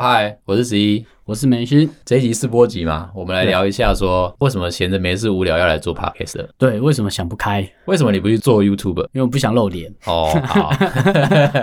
嗨，我是十一。我是梅心。这一集试播集嘛，我们来对聊一下说为什么闲着没事无聊要来做 podcast 的对，为什么想不开？因为什么你不去做 YouTube？ 为我不想露脸，哦，好，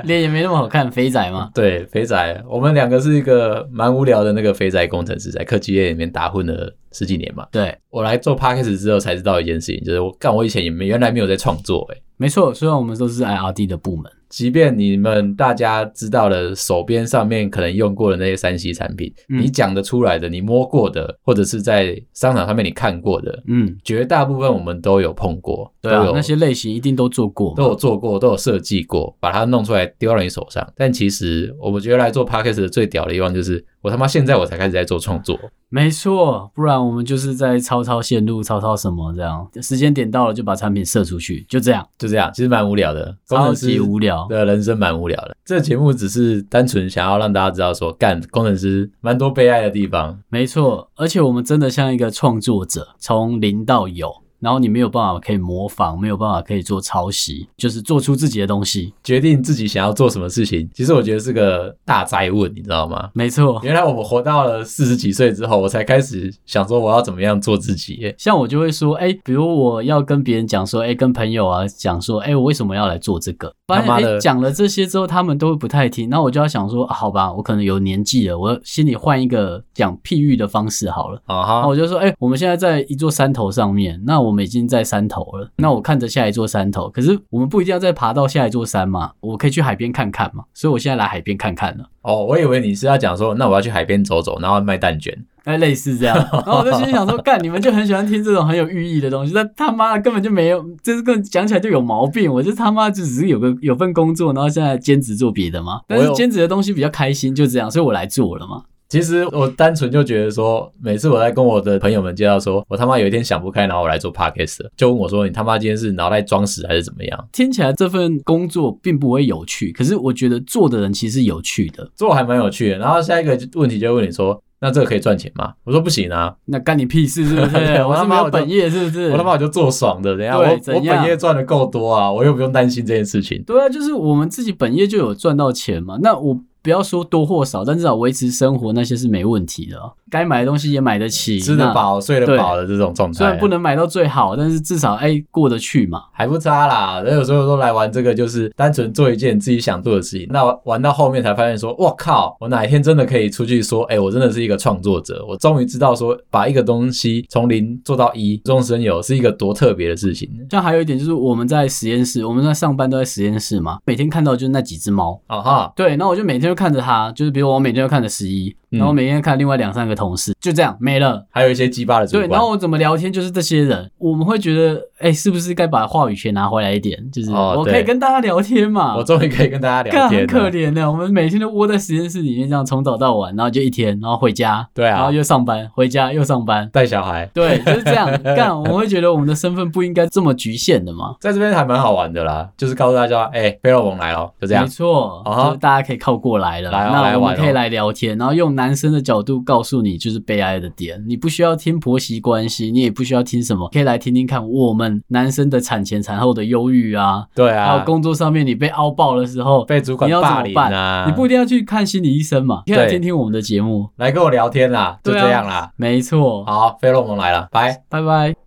脸也没那么好看，肥仔嘛。对，肥仔，我们两个是一个蛮无聊的那个肥仔工程师，在科技业里面打混了十几年嘛。对，我来做 podcast 之后才知道一件事情，就是我干，我以前也没原来没有在创作、欸，没错，虽然我们都是 IRD 的部门，即便你们大家知道了手边上面可能用过的那些三 C 产品，嗯你讲得出来的，你摸过的，或者是在商场上面你看过的，嗯，绝大部分我们都有碰过，对啊都，有那些类型一定都做哦过都嘛。有做过，都有设计过，把它弄出来丢到你手上。但其实我们觉得来做 podcast 的最屌的地方就是，我他妈现在我才开始在做创作，没错，不然我们就是在操操线路、操操什么这样，时间点到了就把产品射出去，就这样，就这样，其实蛮无聊的，工超程师级无聊。的人生蛮无聊的。这节目只是单纯想要让大家知道说，干工程师蛮多悲哀的地方，没错，而且我们真的像一个创作者，从零到有，然后你没有办法可以模仿，没有办法可以做抄袭，就是做出自己的东西。决定自己想要做什么事情，其实我觉得是个大灾问，你知道吗？没错，原来我们活到了四十几岁之后，我才开始想说我要怎么样做自己耶。像我就会说，哎、比如我要跟别人讲说，哎、跟朋友啊讲说，哎、我为什么要来做这个？发现他妈哎的讲、了这些之后，他们都不太听，那我就要想说、啊好吧，我可能有年纪了，我心里换一个讲譬喻的方式好了。啊然哈后，我就说，哎、我们现在在一座山头上面，那我们已经在山头嗯了，那我看着下一座山头，可是我们不一定要再爬到下一座山嘛，我可以去海边看看嘛，所以我现在来海边看看了。哦，我以为你是要讲说，那我要去海边走走，然后卖蛋卷。哎，类似这样， 然后我就心里 想说，干，你们就很喜欢听这种很有寓意的东西，但他妈的根本就没有，这是跟讲起来就有毛病。我就他妈就只是有个有份工作，然后现在兼职做别的嘛，但我是有兼职的东西比较开心，就这样，所以我来做了嘛。其实我单纯就觉得说，每次我在跟我的朋友们介绍说，我他妈有一天想不开，然后我来做 podcast，了就问我说，你他妈今天是脑袋装屎还是怎么样？听起来这份工作并不会有趣，可是我觉得做的人其实有趣的。做还蛮有趣的。然后下一个问题就会问你说，那这个可以赚钱吗？我说不行啊，那干你屁事是 不是？对我我他是妈没我有就本业是不是？我他妈我就做爽的，等一下我对我怎样本业赚的够多啊，我又不用担心这件事情。对啊，就是我们自己本业就有赚到钱嘛。那我不要说多或少，但至少维持生活那些是没问题的哦。该买的东西也买得起，吃得那饱、睡得饱的这种状态，虽然不能买到最好，但是至少哎、过得去嘛。还不差啦。那有时候都来玩这个，就是单纯做一件自己想做的事情。那玩到后面才发现说，我靠，我哪一天真的可以出去说，哎、我真的是一个创作者。我终于知道说，把一个东西从零做到一，无中生有，是一个多特别的事情。像还有一点就是我们在实验室，我们在上班都在实验室嘛，每天看到就是那几只猫。啊哈，对，然后我就每天就看着它，就是比如我每天就看着十一，嗯然后每天看另外两三个同事，就这样没了。还有一些鸡巴的主对，管。然后我怎么聊天就是这些人，我们会觉得，哎、是不是该把话语权拿回来一点？就是哦我对可以跟大家聊天嘛，我终于可以跟大家聊干天啊很可了。怜的，我们每天都窝在实验室里面，这样从早到晚，然后就一天，然后回家，对然啊后，又上班，回家又上班，带小孩 对，就是这样干。我们会觉得我们的身份不应该这么局限的嘛？在这边还蛮好玩的啦，就是告诉大家，哎、菲洛蒙来了，就这没样。错，啊哈就是大家可以靠过来了，来哦来那我玩哦们可以来聊天，然后用男生的角度告诉你就是悲哀的点，你不需要听婆媳关系，你也不需要听什么，可以来听听看我们男生的产前产后的忧郁啊，对还啊有，工作上面你被凹爆的时候，被主管你要怎霸么凌办？啊，你不一定要去看心理医生嘛，可以来听听我们的节目，来跟我聊天啦，就对啊这样啦。没错，好，菲洛蒙来了，拜。拜拜。